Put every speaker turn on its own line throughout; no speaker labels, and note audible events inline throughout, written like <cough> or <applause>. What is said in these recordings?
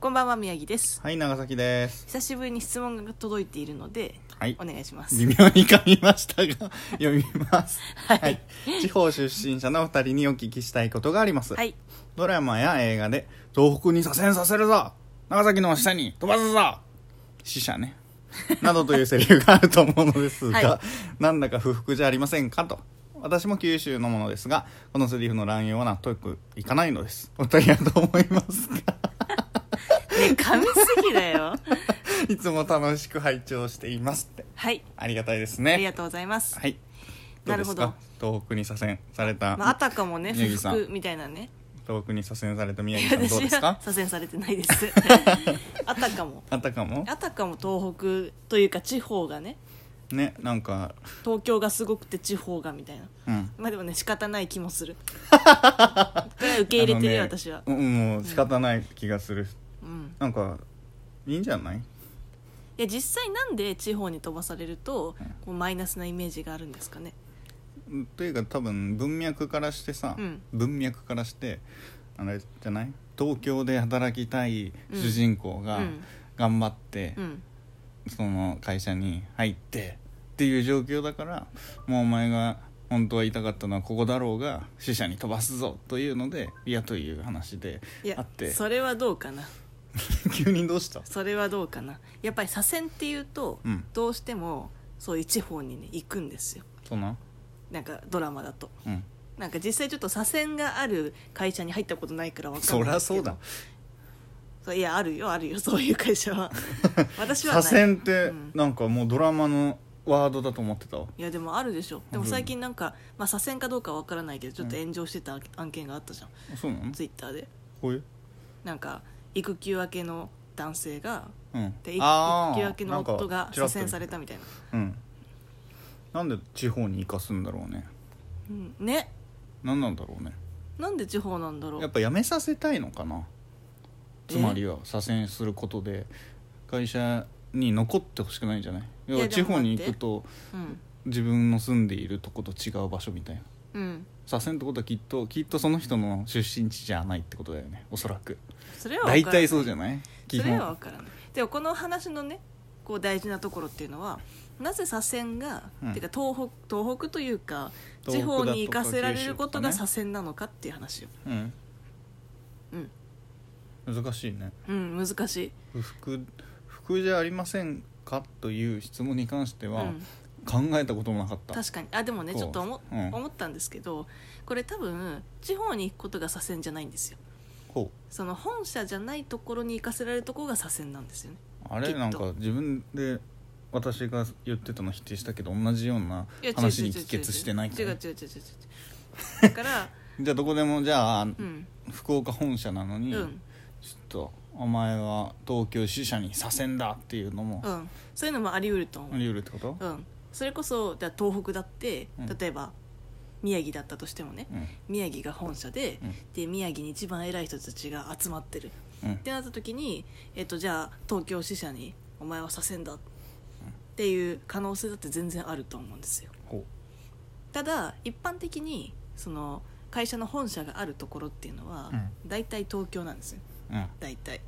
こんばんは宮城です
はい、長崎です。
久しぶりに質問が届いているので
はい
お。願いします
微妙に噛みましたが、読みます。
<laughs> はい
地方出身者のお二人にお聞きしたいことがあります。
はい
ドラマや映画で、東北に左遷させるぞ長崎の下に飛ばすぞ死者ね。などというセリフがあると思うのですが、
は
なんだか不服じゃありませんかと。私も九州のものですが、このセリフの乱用は納得いかないのです。お二人はどう思いますか <laughs>
ね噛みすぎだよ
いつも楽しく拝聴していますって。
はい
ありがたいですね。
ありがとうございます、
はい。
なるほど
うですか東北に左遷された、
まあ、あたかもね不
宮城さん
服みたいなね
東北に左遷された宮城さん
私
どうです
は
か
左遷されてないです
<laughs>
あたかも
あったかも
あたかも東北というか地方がね
ねなんか
東京がすごくて地方がみたいな
うん
まあでもね仕方ない気もす
<laughs>
るこれは受け入れてるよ、
あのね
私は
うんもう仕方ない気がする、
うん
なんかいいんじゃない
いや実際なんで地方に飛ばされるとこうマイナスなイメージがあるんですかね
うんというか多分文脈からしてさ、
うん
文脈からしてあれじゃない東京で働きたい主人公が
うん
頑張って、
うん
その会社に入ってっていう状況だからもうお前が本当は言いたかったのはここだろうが死者に飛ばすぞというので嫌という話で
い
あ
や
って
それはどうかな
<laughs> 急にどうした
それはどうかなやっぱり左遷っていうと、
うん
どうしてもそういう地方にね行くんですよ
そうなん
なんかドラマだと
うん
なんか実際ちょっと左遷がある会社に入ったことないから分かん
そ
ない
り
で
ゃ
すけど
そうだ
そういやあるよあるよそういう会社
<laughs>
は私は
左
ない
遷って
うん
なんかもうドラマのワードだと思ってたわ
いやでもあるでしょでも
うん
最近なんか、まあ、左遷かどうかは分からないけどちょっと炎上してた案件があったじゃん、
あそうなの
ツイッターで
ほい
なんか育休明けの男性が
うん
で育
あー
育休明けの夫
なん
が
かち
左
らっと
遷されたみたいな、
うんなんで地方に生かすんだろうね
うん、ね
何なんだろうね
なんで地方なんだろ
やっ
う
ぱ辞めさせたいのかなつまりは左遷することで会社に残ってほしくないんじゃない要
いや
は
で
地
も
方に
待
行
って
くと
うん
自分の住んでいるとこと違う場所みたいな
うん
左遷ってことはきっときっとその人の出身地じゃないってことだよねおそらく
それは分
大
からな
体
い
そうじゃない基
それは分
本
からないでもこの話のねこう大事なところっていうのはなぜ左遷が、
うん
てか東北東北というか地
東北だと
方
か
に行かせられることが
九州
左
と
遷なのかっていう話よ、
うん
うん
難しいね
うん、難しい、
不服不服じゃありませんかという質問に関して
う
は
ん、
考えたこともなかった、
確かにあでもね
こう
ちょっと思,、
うん
思ったんですけどこれ多分地方に行くことが左遷じゃないんですよ
ほう
その本社じゃないところに行かせられるところが左遷なんですよね
あ
きっ
れ
と
なんか自分で私が言ってたの否定したけど同じようない
や違う違
話
う
に
違う
帰結してないか
違う違
ら
う違う違う違うだ
<laughs>
から、
じゃあどこでもじゃあ
うん
福岡本社なの
う
にちょっ
ん
とお前は東京支社に左遷だっていうのも
うん、そういうのもあり得ると
あ
思う、
り得るってこと
うん、それこそだから東北だって
うん
例えば宮城だったとしてもね
うん
宮城が本社で
うん
で宮城に一番偉い人たちが集まってる
うん
ってなった時に、えっと、じゃあ東京支社にお前は左遷だっていう可能性だって全然あると思うんですよ
ほ
ただ一般的にその会社の本社があるところっていうのは、
うん
大体東京なんですよ
ううん
大体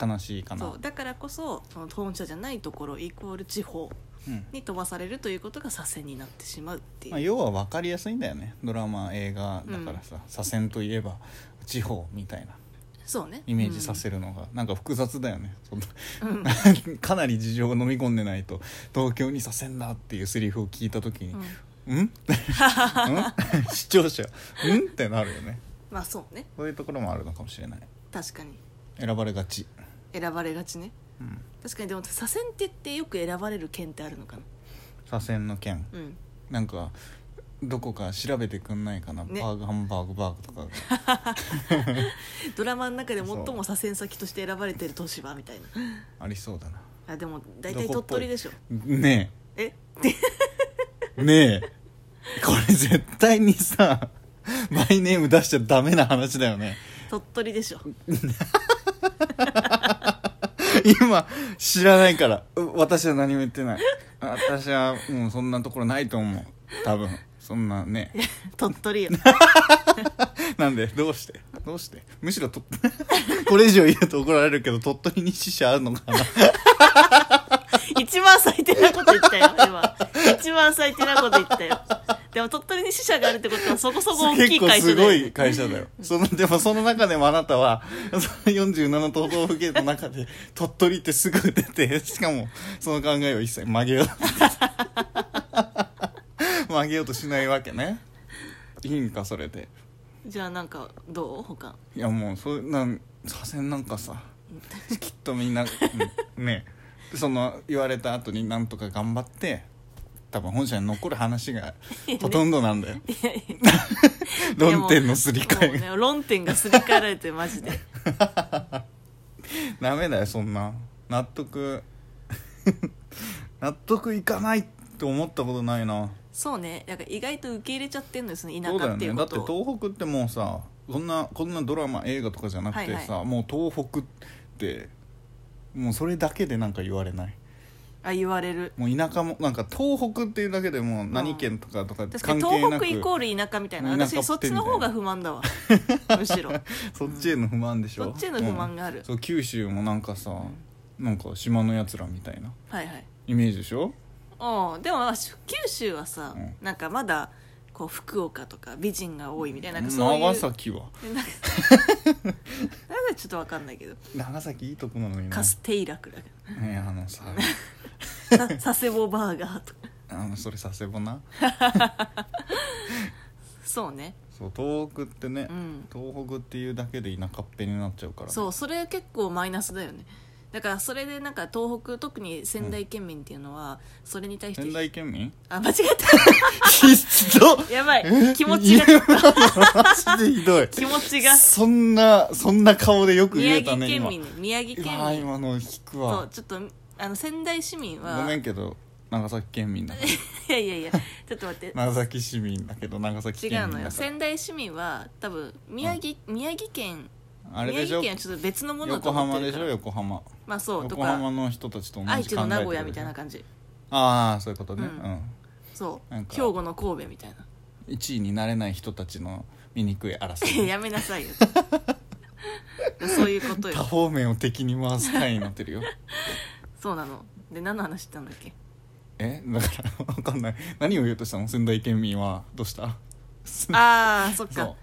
悲しいかな
そうだからこそその本社じゃないところイコール地方
うん
に飛ばされるということが左遷になってしまうっていう、
まあ要は分かりやすいんだよねドラマ映画だからさ左遷といえば地方みたいな
そうね
イメージさせ
る、
るのがなんか複雑だよね
<laughs>
そんな
う
<laughs>
ん
かなり事情を飲み込んでないと東京に左遷だっていうセリフを聞いた時に
うん
「
<laughs>
うん <laughs> うん」視聴者「うん?」ってなるよね
まあそうね
そういうところもあるのかもしれない
確かに
選ばれがち、
選ばれがちね
うん、
確かにでも左遷って言ってよく選ばれる県ってあるのかな
左遷の件
うん
なんかどこか調べてくんないかな、
ね
バーグハンバーグバーグとか
ドラマの中で最も左遷先として選ばれてる都市はみたいな
ありそうだな
あでも <laughs> 大体
ど
鳥
こっぽい
取でしょ
ね
え
えねえこれ絶対にさマイネーム出しちゃダメな話だよね
鳥取でしょ
今知らないからう私は何も言ってない私はもうそんなところないと思う多分そんなね
鳥取よ
<laughs> なんでどうしてどうしてむし
<laughs>
ろとこれ以上言うと怒られるけど鳥取に死者あるのかな
<laughs> 一番最低なこと言ったよ今一番最低なこと言ったよでも鳥取に死者があるってことはそこそこ <laughs> 大き
結
い
構
会社
す
だよ
ご
ね
い会社だよその <laughs> でもその中でもあなたは <laughs> その47都道府県の中で <laughs> 鳥取ってすぐ出てしかもその考えを一切曲
<laughs>
げよう曲げようとしないわけねいいんかそれで
じゃあなんかどう他
いやもうそれなん左遷なんかさ <laughs> きっとみんな、うんねその言われた後になんとか頑張って多分本社に残る
<laughs>
話がほとんどなんだよ <laughs> 論点のすり替えが
もうね論点がすり替えられてマジで
ダメだよそんな納得 <laughs> 納得いかないって思ったことないな
そうねだから意外と受け入れちゃってんのですね田
そうだ
舎
よ
ってい
ね
う
だ
こ
って
とを
東北ってもうさこんなこんなドラマ映画とかじゃなくてさ、
は
もう東北ってもうそれだけでなんか言われない
あ言われる
もう田舎もなんか東北っていうだけでもう何県とかとか
確か
関
に
係な
東
く、
北イコール田舎みたいな
田舎っ
私
て
そっちの方が不満だわむしろ
<laughs> そっちへの不満でしょ、
そっちへの不満がある
うんそう九州もなんかさなんか島のやつらみたいな
はいはい
イメージでしょ
うんでもまあ九州はさ、
うん
なんかまだこう福岡とか美人が多いみたいななんかそういう
長崎は
なんかなんかちょっとわかんないけど
長崎いいとこなのにな
カステイラクだか
ねえあのさ <laughs>
らさ佐世保バーガーとか
あのそれ佐世保な
そうね
そう東北ってね、
うん
東北っていうだけで田舎っぺになっちゃうから
そうそれ結構マイナスだよねだからそれでなんか東北特に仙台県民っていうのはそれに対して、
仙台県民
<laughs> あ間違え
ひどった
やばい気持ち
<laughs>
が
マジで
<laughs>
ひどい
気持ちが
そんなそんな顔でよく言
宮
えた
城
ね
県
今
民ね宮城県
うわー
民
今の引く
そう
わ
ちょっとあの仙台市民は
ご
<laughs>
めんけど長崎県民だから
いやいやいやちょっと待って
長崎市民だけど長崎
違う
県民
の
だ
よ
から
仙台市民は多分宮城,、宮城県
あれでしょ
宮城県はちょっと別のものだと
横
思っ
浜
て
で
る
し
から
ょ横浜
まあそうと
横浜
か
の人たちと同じ考え
愛
て
知
る
の名古屋みたいな感じ
ああそういうことね
う
うんん
そ
な
うん
か
兵庫の神戸みたいな
1位になれない人たちの醜い争
<laughs>
い
やめなさいよそういうこと
多
よ
方面を敵に回す会になってるよ
そうなので何の話してたんだっけ
えだから分かんない何を言おうとしたの仙台県民はどうした
ああそっ
そ
か
う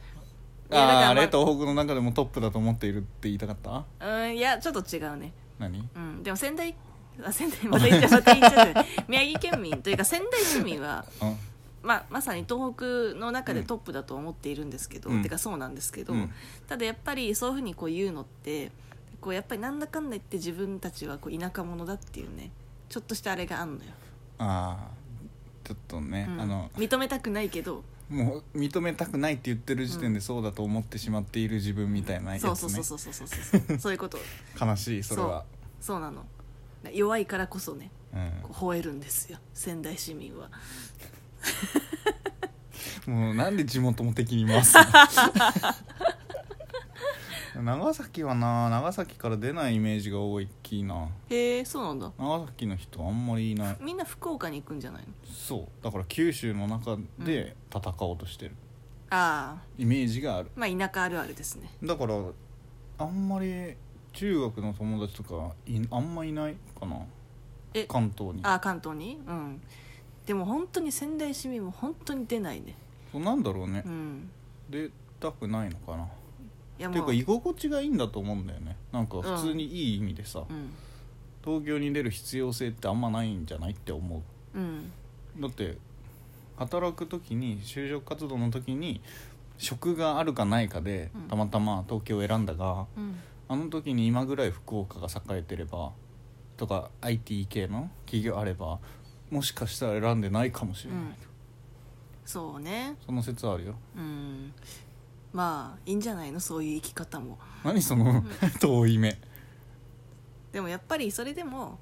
いやだから
あーあ
まあ
れ東北の中でもトップだと思っているって言いたかった
うんいやちょっと違うね
何
うんでも仙台あ仙台また言っちゃうまた言っちゃうね宮城県民というか仙台市民は
うん
まあ、まさに東北の中でトップだと思っているんですけど、
うん
てかそうなんですけど、
うん
ただやっぱりそういうふうにこう言うのってこうやっぱりなんだかんだ言って自分たちはこう田舎者だっていうねちょっとしたあれがあんのよ、
ああちょっとね、
うん
あの
認めたくないけど、
もう認めたくないって言ってる時点でそうだと思ってしまっている自分みたいなやつ
そ
ね
うそうそうそうそうそうそうそういうこと
悲しいそれは
そうなの弱いからこそね
う、
こう吠えるんですよ仙台市民は
ん、もうなんで地元も敵に回
<laughs>
すの長崎はな長崎から出ないイメージが大きいな
へえそうなんだ
長崎の人あんまりいない
みんな福岡に行くんじゃないの
そうだから九州の中で戦おうとしてる、
ああ
イメージがある
まあ田舎あるあるですね
だからあんまり中学の友達とかいあんまいないかな
え
関東に
あ関東にうんでも本当に仙台市民も本当に出ないね
そうなんだろうね
うん
出たくないのかない
や
ってい
もう
うか居心地がいいんだと思うんだよねなんか普通にいい意味でさ、
うん
東京に出る必要性ってあんまないんじゃないって思
うん
うだって働く時に就職活動の時に職があるかないかで
うん
たまたま東京を選んだが、
うん
あの時に今ぐらい福岡が栄えてればとか IT 系の企業あればもしかしたら選んでないかもしれない、
うんそうね
その説あるよ
うんまあいいんじゃないのそういう生き方も
何その <laughs> 遠い目
でもやっぱりそれでも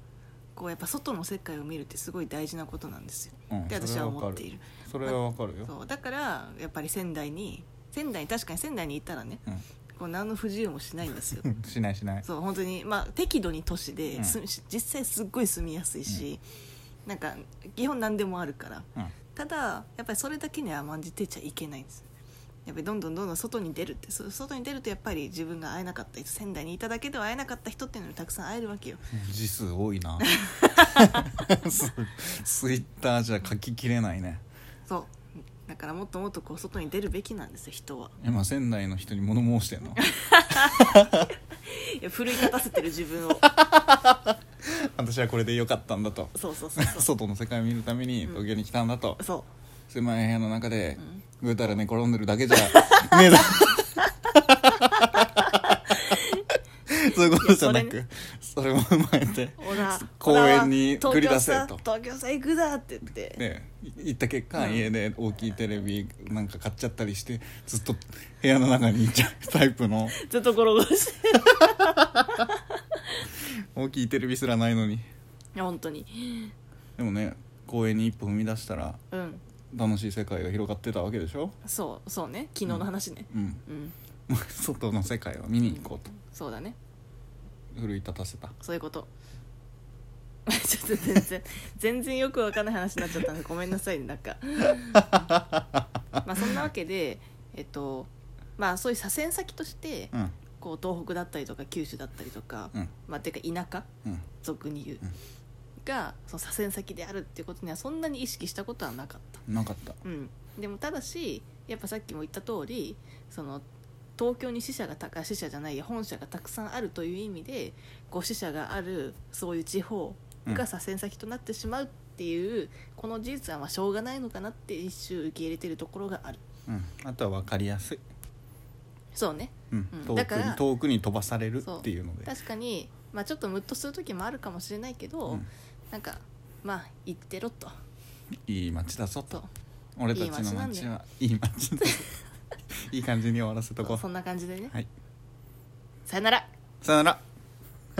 こうやっぱ外の世界を見るってすごい大事なことなんですよ
うん
って私は思っている
それはわかるよ
そうだからやっぱり仙台に仙台確かに仙台に行ったらねこう何の不自由もしないんです
<laughs>
よ
うん、しないしない
そう本当にまあ適度に都市で、
うん
す実際すっごい住みやすいし、なんか基本何でもあるから
うん
ただやっぱりそれだけには甘んじてちゃいけないんですやっぱりどんどんどんどん外に出るってそ外に出るとやっぱり自分が会えなかった人仙台にいただけでは会えなかった人っていうのにたくさん会えるわけよ
字数多
<laughs>
いなすツイッターじゃ書ききれないね
そうだからもっともっとこう外に出るべきなんですよ人は
今仙台の人に物申してんの
<laughs> いや奮い立たせてる自分
<laughs>
を
私はこれでよかったんだと
そうそうそうそ
外の世界を見るために東京に来たんだと
う、そ
狭い部屋の中でぐうたら寝転んでるだけじゃ <laughs> 目だそういうことじゃなくそれも踏まえ <laughs> て
うほら
公園に繰り出せ
東京さ
と
東京さ行くだって言って、
で行った結果、
うん
家で大きいテレビなんか買っちゃったりしてずっと部屋の中にいちゃうタイプ <laughs> の
ずっとゴロゴロしてい
大きいテレビすらないのに
や本当に
でもね公園に一歩踏み出したら
うん
楽しい世界が広がってたわけでしょ
そうそうね昨日の話ね
うん <laughs>
うん、
もう外の世界を見に行こう
そうだね
と奮い立たせた
そういうこと <laughs> ちょっと全然全然よくわかんない話になっちゃったんでごめんなさいねなん
<laughs>
かまあそんなわけでえっとまあそういう左遷先として
うん
こう東北だったりとか九州だったりとか、
うん
まあていうか田舎
うん
俗に言う、
うん
がその左遷先であるっていうことにはそんなに意識したことはなかった
なかった
うん、でもただしやっぱさっきも言った通りその東京に支社がたあ支社じゃないや本社がたくさんあるという意味でこう支社があるそういう地方が左遷先となってしまうっていう、この事実はまあしょうがないのかなって一周受け入れてるところがある
うんあとは分かりやすい、
そうね
うん
うん
遠
だ
く
から
に遠くに飛ばされるっていうので
確かに、まあ、ちょっとムッとする時もあるかもしれないけど、
うん
なんかまあ行ってろと
いい街だぞ
そ
と
う
俺たちの街はい
<laughs>
い街だぞいい感じに終わらせと
そ
こ
う
う
そんな感じでね、
はい
さよなら
さよなら